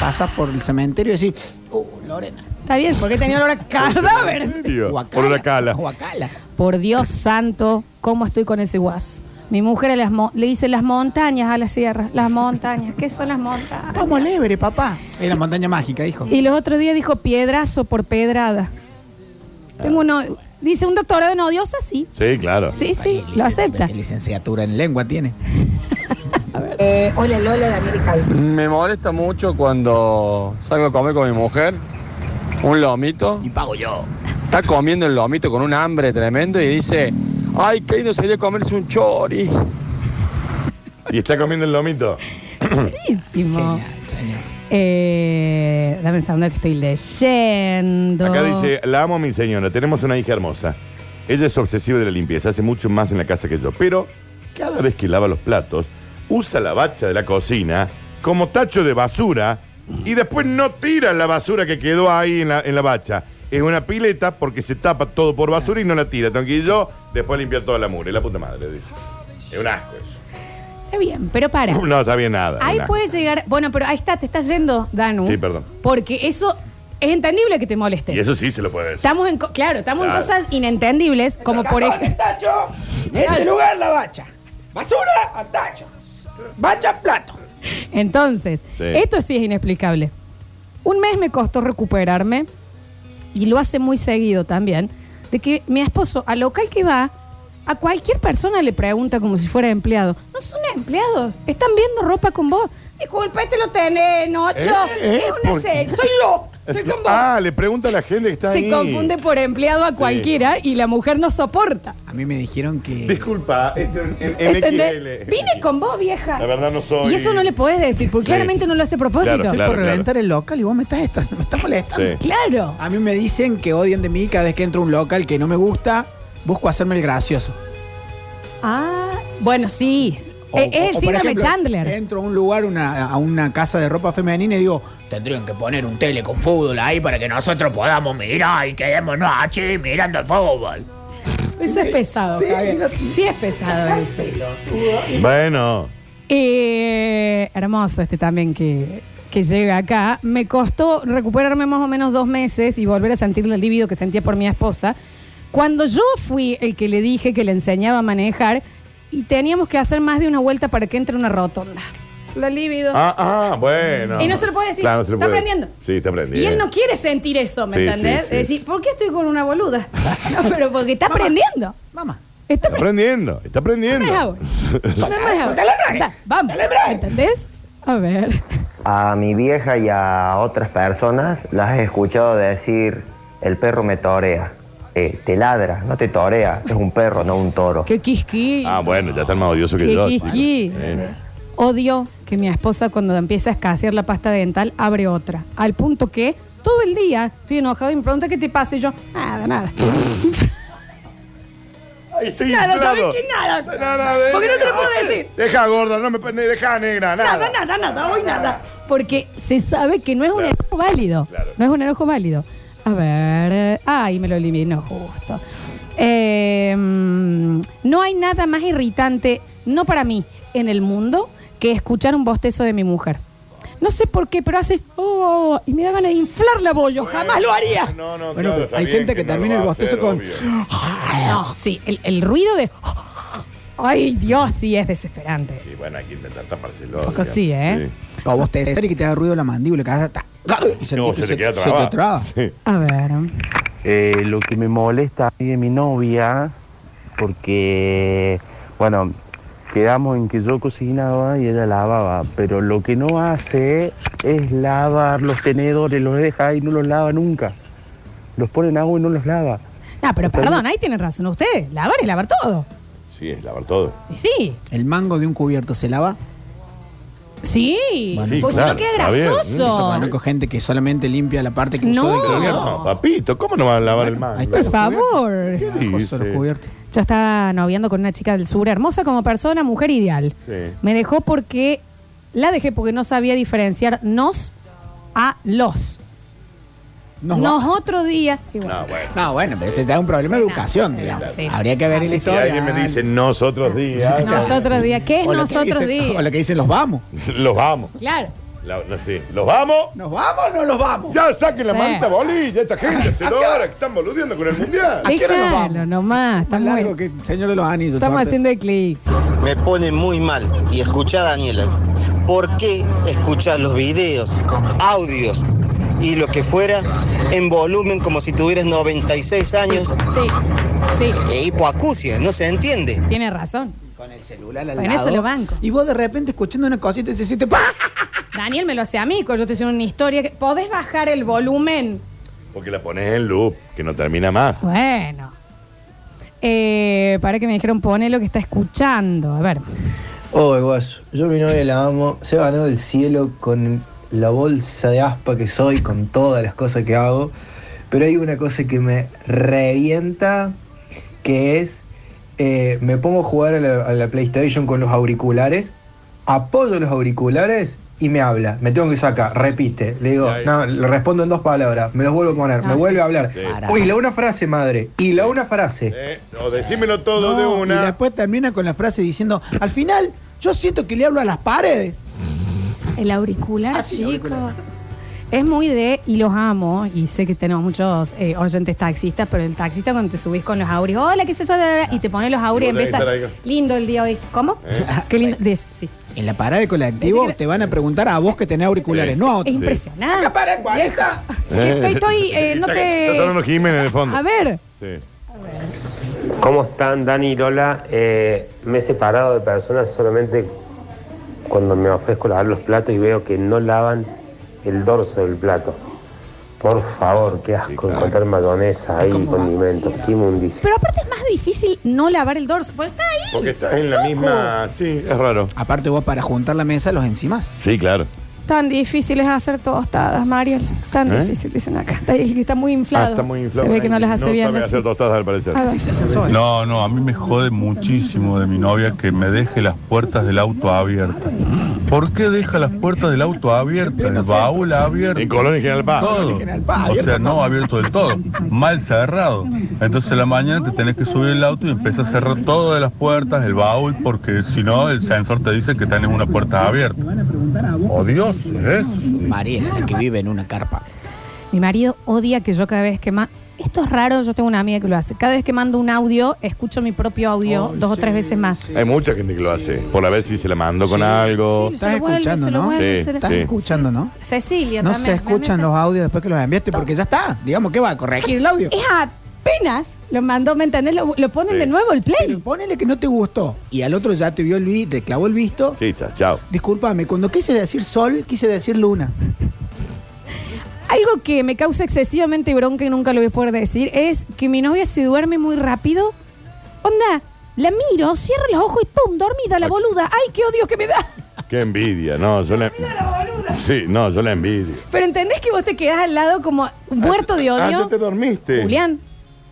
Speaker 2: pasas por el cementerio y decís, uh, Lorena.
Speaker 1: Está bien, porque tenía olor a
Speaker 3: ¿En
Speaker 1: cadáver.
Speaker 3: serio?
Speaker 2: guacala,
Speaker 3: Por una cala.
Speaker 2: guacala.
Speaker 1: Por Dios santo, ¿cómo estoy con ese guaso? Mi mujer a las mo- le dice las montañas a la sierra, las montañas. ¿Qué son las montañas?
Speaker 2: Vamos al Ebre, papá. Es la montaña mágica, dijo.
Speaker 1: Y los otros días dijo piedrazo por pedrada. Tengo uno. Dice un doctorado en odiosa, sí.
Speaker 3: Sí, claro.
Speaker 1: Sí, sí,
Speaker 2: Ay,
Speaker 1: lo
Speaker 2: licen-
Speaker 1: acepta.
Speaker 2: eh, Licenciatura en lengua tiene.
Speaker 4: hola Lola, Daniel y Javier.
Speaker 8: Me molesta mucho cuando salgo a comer con mi mujer, un lomito,
Speaker 2: Y pago yo.
Speaker 8: está comiendo el lomito con un hambre tremendo y dice, ay, qué lindo sería comerse un chori.
Speaker 3: Y está comiendo el lomito.
Speaker 1: Buenísimo.
Speaker 2: Genial, señor.
Speaker 1: Eh, dame un segundo que estoy leyendo.
Speaker 3: Acá dice, la amo a mi señora, tenemos una hija hermosa. Ella es obsesiva de la limpieza, hace mucho más en la casa que yo, pero cada vez que lava los platos, usa la bacha de la cocina como tacho de basura y después no tira la basura que quedó ahí en la, en la bacha. Es una pileta porque se tapa todo por basura y no la tira. Tengo que ir yo después a limpiar toda la mugre. La puta madre, dice. Es un asco eso.
Speaker 1: Está bien, pero para.
Speaker 3: No está bien nada. es
Speaker 1: Ahí
Speaker 3: un asco.
Speaker 1: puede llegar. Bueno, pero ahí está, te estás yendo, Danu.
Speaker 3: Sí, perdón.
Speaker 1: Porque eso es entendible que te moleste.
Speaker 3: Y eso sí se lo puede decir.
Speaker 1: Estamos en. co- Claro, estamos
Speaker 3: Claro.
Speaker 1: en cosas inentendibles, como por ejemplo.
Speaker 2: tacho! En este lugar la bacha. Basura a tacho. Bacha plato.
Speaker 1: Entonces,
Speaker 3: Sí.
Speaker 1: esto sí es inexplicable. Un mes me costó recuperarme, y lo hace muy seguido también, de que mi esposo, al local que va, a cualquier persona le pregunta como si fuera empleado. No son empleados, están viendo ropa con vos. Disculpa, este lo tenés, Nocho.
Speaker 3: Eh, eh,
Speaker 1: es una
Speaker 3: ¿por qué?
Speaker 1: serie. Soy yo, estoy con vos.
Speaker 3: Ah, le pregunta a la gente que está
Speaker 1: Se
Speaker 3: ahí.
Speaker 1: confunde por empleado a cualquiera y la mujer no soporta.
Speaker 2: A mí me dijeron que.
Speaker 3: Disculpa, este, en, en- en
Speaker 1: ¿Entendés?
Speaker 3: XL.
Speaker 1: Vine con vos, vieja.
Speaker 3: La verdad no soy-
Speaker 1: Y eso no le podés decir, porque
Speaker 3: Sí.
Speaker 1: claramente no lo hace a propósito.
Speaker 3: Claro,
Speaker 1: Claro.
Speaker 2: Estoy
Speaker 3: claro,
Speaker 2: por
Speaker 3: claro.
Speaker 2: reventar el local y vos me estás, esta- me estás molestando.
Speaker 3: Sí.
Speaker 2: A mí me dicen que odian de mí cada vez que entro a un local que no me gusta, busco hacerme el gracioso.
Speaker 1: Ah, bueno, sí. Eh, es el
Speaker 2: por
Speaker 1: síndrome Chandler.
Speaker 2: Entro a un lugar, una- a una casa de ropa femenina y digo, tendrían que poner un tele con fútbol ahí para que nosotros podamos mirar y quedémonos así mirando el fútbol.
Speaker 1: Eso es pesado,
Speaker 2: Sí,
Speaker 1: Javier.
Speaker 2: no-
Speaker 1: Sí es pesado eso.
Speaker 3: Bueno,
Speaker 1: Eh, hermoso este también que, que llega acá. Me costó recuperarme más o menos dos meses y volver a sentir el libido que sentía por mi esposa. Cuando yo fui el que le dije que le enseñaba a manejar y teníamos que hacer más de una vuelta para que entre una rotonda. La libido.
Speaker 3: ah, ah, bueno.
Speaker 1: Y no se lo puede decir.
Speaker 3: Claro, no se lo
Speaker 1: Está
Speaker 3: puede
Speaker 1: aprendiendo.
Speaker 3: decir. Sí, está
Speaker 1: Y
Speaker 3: aprendiendo.
Speaker 1: él no quiere sentir eso, ¿me
Speaker 3: Sí,
Speaker 1: entendés?
Speaker 3: sí, sí.
Speaker 1: Es decir, ¿por qué estoy con una boluda? No, pero porque está aprendiendo.
Speaker 2: Mamá.
Speaker 1: Está
Speaker 3: Está aprendiendo, está
Speaker 1: no
Speaker 3: aprendiendo.
Speaker 1: es agua. No, no es agua. Da, Vamos. ¿Entendés? A ver.
Speaker 9: A mi vieja y a otras personas las he escuchado decir, el perro me torea. Eh, te ladra, no te torea, es un perro, no un toro.
Speaker 1: Qué quisquis.
Speaker 3: Ah, bueno, ya está más odioso que
Speaker 1: Qué
Speaker 3: yo.
Speaker 1: quisquis.
Speaker 3: chico.
Speaker 1: Sí.
Speaker 3: Eh,
Speaker 1: Odio que mi esposa cuando empieza a escasear la pasta dental abre otra. Al punto que todo el día estoy enojado y me pregunta qué te pasa y yo, nada, nada.
Speaker 3: Ay, estoy
Speaker 1: Nada,
Speaker 3: inflado.
Speaker 1: ¿sabes qué? Nada.
Speaker 3: de-
Speaker 1: Porque no te lo puedo decir.
Speaker 3: Deja gorda, no me pone, deja negra, nada.
Speaker 1: Nada, nada, nada, hoy nada. Porque se sabe que no es un
Speaker 3: Claro.
Speaker 1: enojo válido.
Speaker 3: Claro.
Speaker 1: No es un enojo válido. A ver. eh, Ay, me lo eliminó justo. Eh, mm, no hay nada más irritante, no para mí, en el mundo, que escuchar un bostezo de mi mujer. No sé por qué, pero hace. "Oh", y me da ganas de inflar la bollo. Jamás lo haría.
Speaker 3: No, no,
Speaker 2: Bueno,
Speaker 3: claro,
Speaker 2: pero
Speaker 3: está
Speaker 2: hay
Speaker 3: bien
Speaker 2: gente que
Speaker 3: no lo
Speaker 2: termina
Speaker 3: va
Speaker 2: el
Speaker 3: a
Speaker 2: bostezo
Speaker 3: hacer,
Speaker 2: con-
Speaker 3: obvio.
Speaker 1: Sí, el, el ruido de. Ay, Dios, sí, es desesperante.
Speaker 3: Y bueno, hay que intentar tapárselo.
Speaker 1: Poco
Speaker 3: digamos.
Speaker 1: sí, ¿eh?
Speaker 2: Como vos te y que te haga ruido la mandíbula, que haga ta- y
Speaker 3: Sí. No, se, te queda
Speaker 2: se
Speaker 3: trabado.
Speaker 2: te traba.
Speaker 3: Sí.
Speaker 1: A ver.
Speaker 9: Eh, lo que me molesta a mí de mi novia, porque, bueno, quedamos en que yo cocinaba y ella lavaba, pero lo que no hace es lavar los tenedores, los deja ahí y no los lava nunca. Los pone en agua y no los lava.
Speaker 1: Ah, pero perdón, ahí tienen razón ustedes. Lavar es lavar todo.
Speaker 3: Sí, es lavar todo.
Speaker 1: Y Sí,
Speaker 2: El mango de un cubierto se lava.
Speaker 1: sí.
Speaker 3: Sí,
Speaker 1: porque
Speaker 3: claro,
Speaker 1: si no queda
Speaker 3: está bien.
Speaker 2: Yo
Speaker 1: grasoso.
Speaker 2: conozco gente que solamente limpia la parte que usó
Speaker 1: No.
Speaker 2: del cubierto.
Speaker 3: No, papito, ¿cómo no va a lavar el mango?
Speaker 2: Ahí está.
Speaker 1: Por favor.
Speaker 3: ¿Qué
Speaker 2: Bajo solo
Speaker 3: dice?
Speaker 2: cubierto.
Speaker 1: Yo estaba noviando con una chica del sur, hermosa como persona, mujer ideal.
Speaker 3: Sí.
Speaker 1: Me dejó porque la dejé porque no sabía diferenciar nos a los.
Speaker 2: Nos va-
Speaker 1: Nos otro día. y bueno.
Speaker 3: No, Ah, bueno.
Speaker 2: No, bueno, pero ese ya es un problema de educación, digamos.
Speaker 1: Sí.
Speaker 2: Habría que ver el
Speaker 3: Si
Speaker 2: historia.
Speaker 3: alguien me dice nosotros días,
Speaker 1: Nosotros días. ¿Qué es
Speaker 2: O lo que
Speaker 1: nosotros
Speaker 2: dicen- O
Speaker 1: días?
Speaker 2: lo que dicen, los vamos.
Speaker 3: los vamos.
Speaker 1: Claro.
Speaker 3: La- no, sí. ¿Los vamos?
Speaker 2: ¿Nos vamos o no los vamos?
Speaker 3: Ya saquen la
Speaker 1: Sí.
Speaker 3: manta bolilla, esta gente se lo ahora que están boludeando con el mundial.
Speaker 2: ¿A qué hora nos vamos?
Speaker 1: Déjalo nomás.
Speaker 2: Más
Speaker 1: Estamos,
Speaker 2: largo que el Señor de los Anillos.
Speaker 1: estamos
Speaker 2: sorte.
Speaker 1: haciendo eclipse.
Speaker 10: Me pone muy mal. Y escucha Daniela, ¿por qué escuchar los videos, audios y lo que fuera en volumen como si tuvieras 96 años
Speaker 1: Sí, sí.
Speaker 10: e hipoacusia? No se entiende.
Speaker 1: Tiene razón.
Speaker 2: Con el celular al
Speaker 1: Con
Speaker 2: lado.
Speaker 1: eso lo banco.
Speaker 2: Y vos de repente escuchando una cosita y "Este se siente ¡pah!
Speaker 1: Daniel me lo hace a mí, cuando yo te hice una historia. que- ¿Podés bajar el volumen?
Speaker 3: Porque la pones en loop, que no termina más.
Speaker 1: Bueno. Eh, para que me dijeron, pone lo que está escuchando. A ver.
Speaker 11: Oh, guayo, yo a mi novia la amo, se ganó del cielo con la bolsa de aspa que soy, con todas las cosas que hago, pero hay una cosa que me revienta, que es, eh, me pongo a jugar a la, a la PlayStation con los auriculares, apoyo los auriculares y me habla, me tengo que sacar, repite, le digo,
Speaker 3: Sí, ahí.
Speaker 11: no, le respondo en dos palabras, me los vuelvo a poner,
Speaker 1: Ah,
Speaker 11: me
Speaker 1: sí.
Speaker 11: vuelve a hablar,
Speaker 3: Sí.
Speaker 11: uy, la una frase, madre, y la una frase.
Speaker 3: Eh, no, decímelo todo de
Speaker 2: No,
Speaker 3: una.
Speaker 2: Y después termina con la frase diciendo, al final, yo siento que le hablo a las paredes.
Speaker 1: El auricular,
Speaker 2: Ah, sí, el
Speaker 1: chico.
Speaker 2: auricular.
Speaker 1: Es muy de, y los amo, y sé que tenemos muchos eh, oyentes taxistas, pero el taxista cuando te subís con los auris, hola, qué sé yo, da, da, y te pones los auris y
Speaker 3: Y vos
Speaker 1: empieza,
Speaker 3: tenés que estar ahí.
Speaker 1: lindo el día hoy. ¿Cómo? Ah,
Speaker 3: ¿Eh?
Speaker 1: Qué lindo. Des- sí.
Speaker 2: En la parada de colectivo
Speaker 1: Así que-
Speaker 2: te van a preguntar a vos que tenés auriculares,
Speaker 3: Sí.
Speaker 2: no a
Speaker 1: Es
Speaker 2: otros.
Speaker 1: impresionante. Que Estoy, estoy, eh, no
Speaker 3: Está- Está sonando
Speaker 1: te...
Speaker 3: Jiménez en el fondo.
Speaker 1: A ver,
Speaker 3: Sí.
Speaker 9: ¿Cómo están Dani y Lola? Eh, me he separado de personas solamente cuando me ofrezco a lavar los platos y veo que no lavan el dorso del plato. Por favor, qué asco encontrar mayonesa ahí y condimentos. Qué inmundicia.
Speaker 1: pero aparte es más difícil no lavar el dorso, porque está ahí.
Speaker 3: Porque está en la misma. Sí, es raro.
Speaker 2: Aparte vos para juntar la mesa los encimás.
Speaker 3: Sí, claro.
Speaker 1: Tan difícil es hacer tostadas, Mariel. Tan
Speaker 3: ¿Eh?
Speaker 1: difícil, dicen acá. Está, está muy inflado.
Speaker 3: Ah, está muy inflado.
Speaker 1: Se ve que no las hace bien.
Speaker 3: sabe
Speaker 1: la
Speaker 3: hacer
Speaker 1: chica.
Speaker 3: tostadas al parecer.
Speaker 1: Ah,
Speaker 12: No, no, a mí me jode muchísimo de mi novia que me deje las puertas del auto abiertas. ¿Por qué deja las puertas del auto abiertas? El baúl abierto. En
Speaker 3: Colón y General Paz.
Speaker 12: Todo.
Speaker 3: General Paz,
Speaker 12: O sea,
Speaker 3: abierto
Speaker 12: no
Speaker 3: todo.
Speaker 12: abierto del todo. Mal cerrado. Entonces a la mañana te tenés que subir el auto y empiezas a cerrar todas las puertas, el baúl, porque si no el sensor te dice que tenés una puerta abierta. Dios, es.
Speaker 2: Mariela, la que vive en una carpa.
Speaker 1: Mi marido odia que yo cada vez que más. Esto es raro, yo tengo una amiga que lo hace. Cada vez que mando un audio, escucho mi propio audio dos o tres veces más.
Speaker 3: Hay mucha gente que lo hace. Por a ver si se la mando con algo.
Speaker 1: Se lo vuelve, se lo vuelve,
Speaker 3: Sí,
Speaker 1: se lo-
Speaker 2: Estás escuchando, ¿no?
Speaker 1: Cecilia
Speaker 2: No
Speaker 1: también.
Speaker 2: se escuchan los audios después que los enviaste porque ya está. Digamos que va a corregir el audio.
Speaker 1: Es apenas lo mandó, ¿me entendés? Lo, lo ponen
Speaker 2: Sí.
Speaker 1: de nuevo el play.
Speaker 2: Pero ponele que no te gustó y al otro ya te vio el vi- te clavó el visto.
Speaker 3: Sí, está, chao.
Speaker 2: Discúlpame, cuando quise decir sol, quise decir luna.
Speaker 1: Algo que me causa excesivamente bronca y nunca lo voy a poder decir es que mi novia se duerme muy rápido. Onda, la miro, cierro los ojos y ¡pum! Dormida la boluda. ¡Ay, qué odio que me da!
Speaker 3: Qué envidia, no, yo la... Sí, no, yo la envidio.
Speaker 1: Pero entendés que vos te quedás al lado como muerto de
Speaker 3: Ah, ya
Speaker 1: odio.
Speaker 3: te dormiste.
Speaker 1: Julián.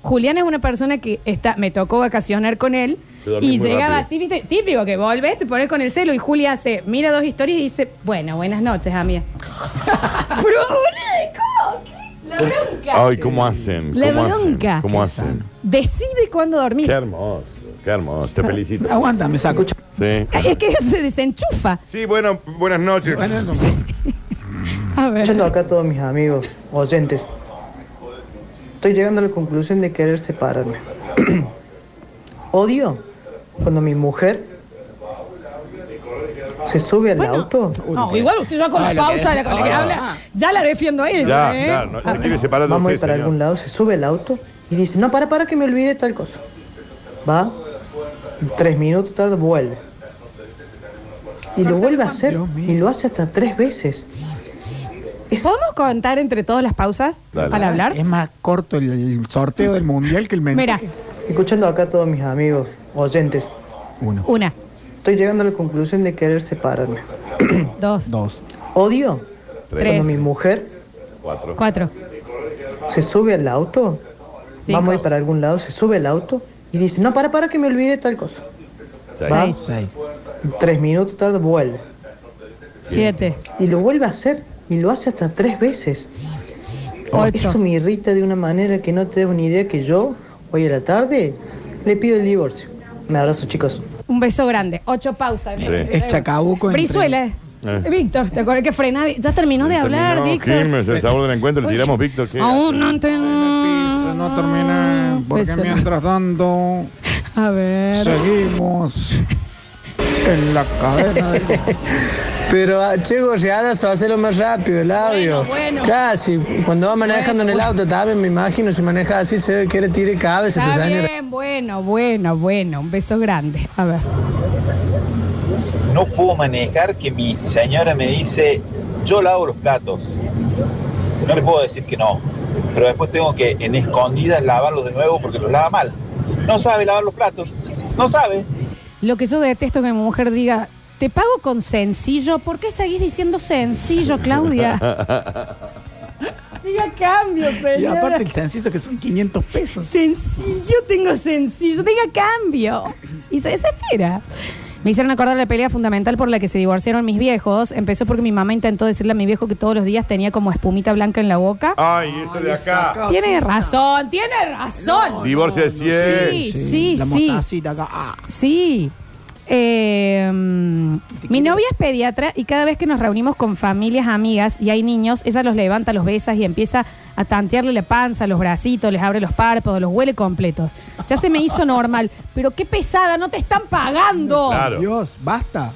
Speaker 1: Julián es una persona que está, me tocó vacacionar con él
Speaker 3: Te dormís
Speaker 1: y
Speaker 3: muy
Speaker 1: llegaba
Speaker 3: rápido.
Speaker 1: así, viste, típico que volvés, te pones con el celo y Julia hace, mira dos historias y dice, bueno, buenas noches, amiga. Pero boludo, ¿cómo? ¿Qué? La bronca.
Speaker 3: Ay, ¿cómo hacen?
Speaker 1: La
Speaker 3: ¿Cómo hacen?
Speaker 1: bronca.
Speaker 3: ¿Cómo hacen?
Speaker 1: Decide cuándo dormir.
Speaker 3: Qué hermoso, qué hermoso. Te felicito.
Speaker 2: Aguanta, me saco.
Speaker 3: Sí.
Speaker 1: Es que eso se desenchufa.
Speaker 3: Sí, bueno, buenas noches.
Speaker 1: A ver.
Speaker 13: Escuchando acá a todos mis amigos, oyentes, estoy llegando a la conclusión de querer separarme. Odio cuando mi mujer se sube al auto.
Speaker 1: No, igual usted ya con
Speaker 13: Ah,
Speaker 1: la
Speaker 13: lo que-
Speaker 1: pausa la- con la que
Speaker 13: ah.
Speaker 1: habla, ya la defiendo a ella. ¿eh?
Speaker 13: Ah, Vamos a ir para algún lado, se sube el auto y dice, no, para, para que me olvide tal cosa. Va, tres minutos tarde, vuelve. Y lo vuelve a hacer y lo hace hasta tres veces.
Speaker 1: ¿Podemos contar entre todas las pausas para hablar?
Speaker 2: Es más corto el, el sorteo del mundial que el
Speaker 1: Mira,
Speaker 2: mensaje.
Speaker 13: Escuchando acá a todos mis amigos, oyentes,
Speaker 1: una,
Speaker 13: estoy llegando a la conclusión de querer separarme.
Speaker 1: dos,
Speaker 2: Dos.
Speaker 13: Odio
Speaker 1: Tres.
Speaker 13: cuando mi mujer
Speaker 3: Cuatro.
Speaker 1: cuatro.
Speaker 13: se sube al auto,
Speaker 1: Cinco.
Speaker 13: vamos a ir para algún lado, se sube al auto y dice, no, para, para que me olvide tal cosa. Va, Tres minutos tarde, vuelve.
Speaker 1: Siete.
Speaker 13: Y lo vuelve a hacer. Y lo hace hasta tres veces.
Speaker 1: Ocho.
Speaker 13: Eso me irrita de una manera que no te des una idea que yo, hoy a la tarde, le pido el divorcio. Un abrazo, chicos.
Speaker 1: Un beso grande. Ocho pausas.
Speaker 13: Sí. Es Chacabuco entre-
Speaker 1: Brizuela. eh.
Speaker 3: Eh.
Speaker 1: Víctor, ¿te acuerdas que frenaba? Ya terminó de hablar,
Speaker 3: Terminó,
Speaker 1: Víctor.
Speaker 3: Quilmes, el sabor del encuentro, le tiramos Víctor. ¿qué?
Speaker 1: Aún no terminó.
Speaker 2: No termina, porque
Speaker 1: Beso.
Speaker 2: mientras tanto
Speaker 1: A ver.
Speaker 2: seguimos en la cadena de...
Speaker 14: Pero ah, che gorreadas o hacerlo más rápido, el audio.
Speaker 1: bueno.
Speaker 14: Casi, cuando va manejando en el auto también me imagino, se maneja así, se ve que le tire cabeza, te
Speaker 1: Está
Speaker 14: sale-
Speaker 1: bien, bueno, bueno, bueno. Un beso grande. A ver.
Speaker 15: No puedo manejar que mi señora me dice, yo lavo los platos. No le puedo decir que no, pero después tengo que en escondidas lavarlos de nuevo porque los lava mal. No sabe lavar los platos, no sabe.
Speaker 1: Lo que yo detesto que mi mujer diga, te pago con sencillo. ¿Por qué seguís diciendo sencillo, Claudia? Diga cambio, señora.
Speaker 2: Y aparte el sencillo que son 500 pesos.
Speaker 1: Sencillo, tengo sencillo, tenga cambio. Y se desespera. Me hicieron acordar la pelea fundamental por la que se divorciaron mis viejos. Empezó porque mi mamá intentó decirle a mi viejo que todos los días tenía como espumita blanca en la boca.
Speaker 3: Ay, esto de acá.
Speaker 1: Tiene razón, tiene razón.
Speaker 3: Divorcio de 100.
Speaker 1: Sí, sí, sí.
Speaker 2: Ah,
Speaker 1: Sí. Eh, mi novia es pediatra y cada vez que nos reunimos con familias, amigas y hay niños, ella los levanta, los besa y empieza a tantearle la panza, los bracitos, les abre los párpados, los huele completos. Ya se me hizo normal, pero qué pesada, no te están pagando.
Speaker 2: Dios, basta.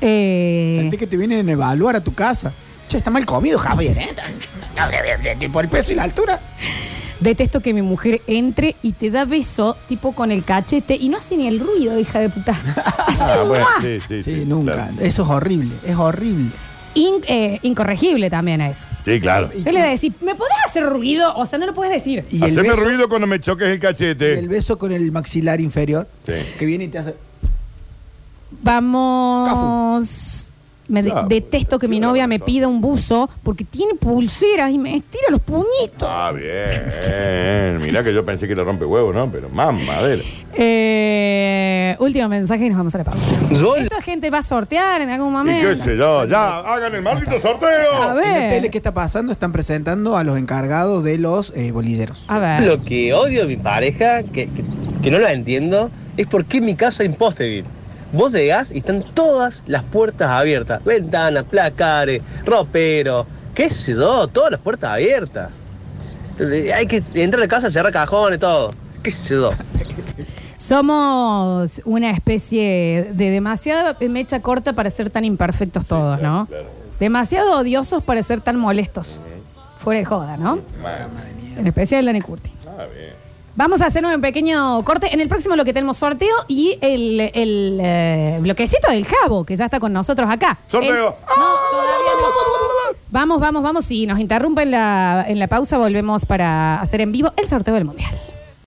Speaker 1: Eh,
Speaker 2: Sentí que te vienen a evaluar a tu casa. Che, está mal comido, Javier, ¿eh? Por el peso y la altura.
Speaker 1: Detesto que mi mujer entre y te da beso tipo con el cachete y no hace ni el ruido, hija de puta.
Speaker 3: Ah, bueno, sí, sí, sí. sí,
Speaker 2: nunca.
Speaker 3: claro.
Speaker 2: Eso es horrible, es horrible.
Speaker 1: In- eh, incorregible también a eso.
Speaker 3: Sí, claro.
Speaker 1: Yo le voy a decir, ¿me podés hacer ruido? O sea, no lo puedes decir.
Speaker 3: Haceme ruido cuando me choques el
Speaker 2: Y el
Speaker 3: cachete.
Speaker 2: beso con el maxilar inferior
Speaker 3: Sí.
Speaker 2: que viene y te hace.
Speaker 1: Vamos. Me de-
Speaker 3: Claro.
Speaker 1: detesto que mi novia me pida un buzo porque tiene pulseras y me estira los puñitos.
Speaker 3: Ah, bien. Mirá que yo pensé que le rompe huevo, ¿no? Pero mamadera.
Speaker 1: Eh, último mensaje y nos vamos a la pausa. Esta gente va a sortear en algún
Speaker 3: Y qué
Speaker 1: momento.
Speaker 3: sé yo, ya, hagan el maldito sorteo.
Speaker 1: A ver.
Speaker 2: En la tele, ¿qué está pasando? Están presentando a los encargados de los eh, bolilleros.
Speaker 1: A
Speaker 16: Lo que odio de mi pareja, que, que- que no la entiendo, es por qué en mi casa hay Imposterville. Vos llegás y están todas las puertas abiertas. Ventanas, placares, ropero, qué sé yo, todas las puertas abiertas. Eh, Hay que entrar a la casa, cerrar cajones, todo. Qué sé yo.
Speaker 1: Somos una especie de demasiada mecha corta para ser tan imperfectos todos, ¿no? Demasiado odiosos para ser tan molestos. Fuera de joda, ¿no? En especial Dani Curti.
Speaker 3: Ah, bien.
Speaker 1: Vamos a hacer un pequeño corte. En el próximo lo que tenemos sorteo y el, el, eh, bloquecito del Jabo, que ya está con nosotros acá.
Speaker 3: Sorteo.
Speaker 1: El- no, todavía no. Vamos, vamos, vamos. Si nos interrumpen la, en la pausa, volvemos para hacer en vivo el sorteo del Mundial.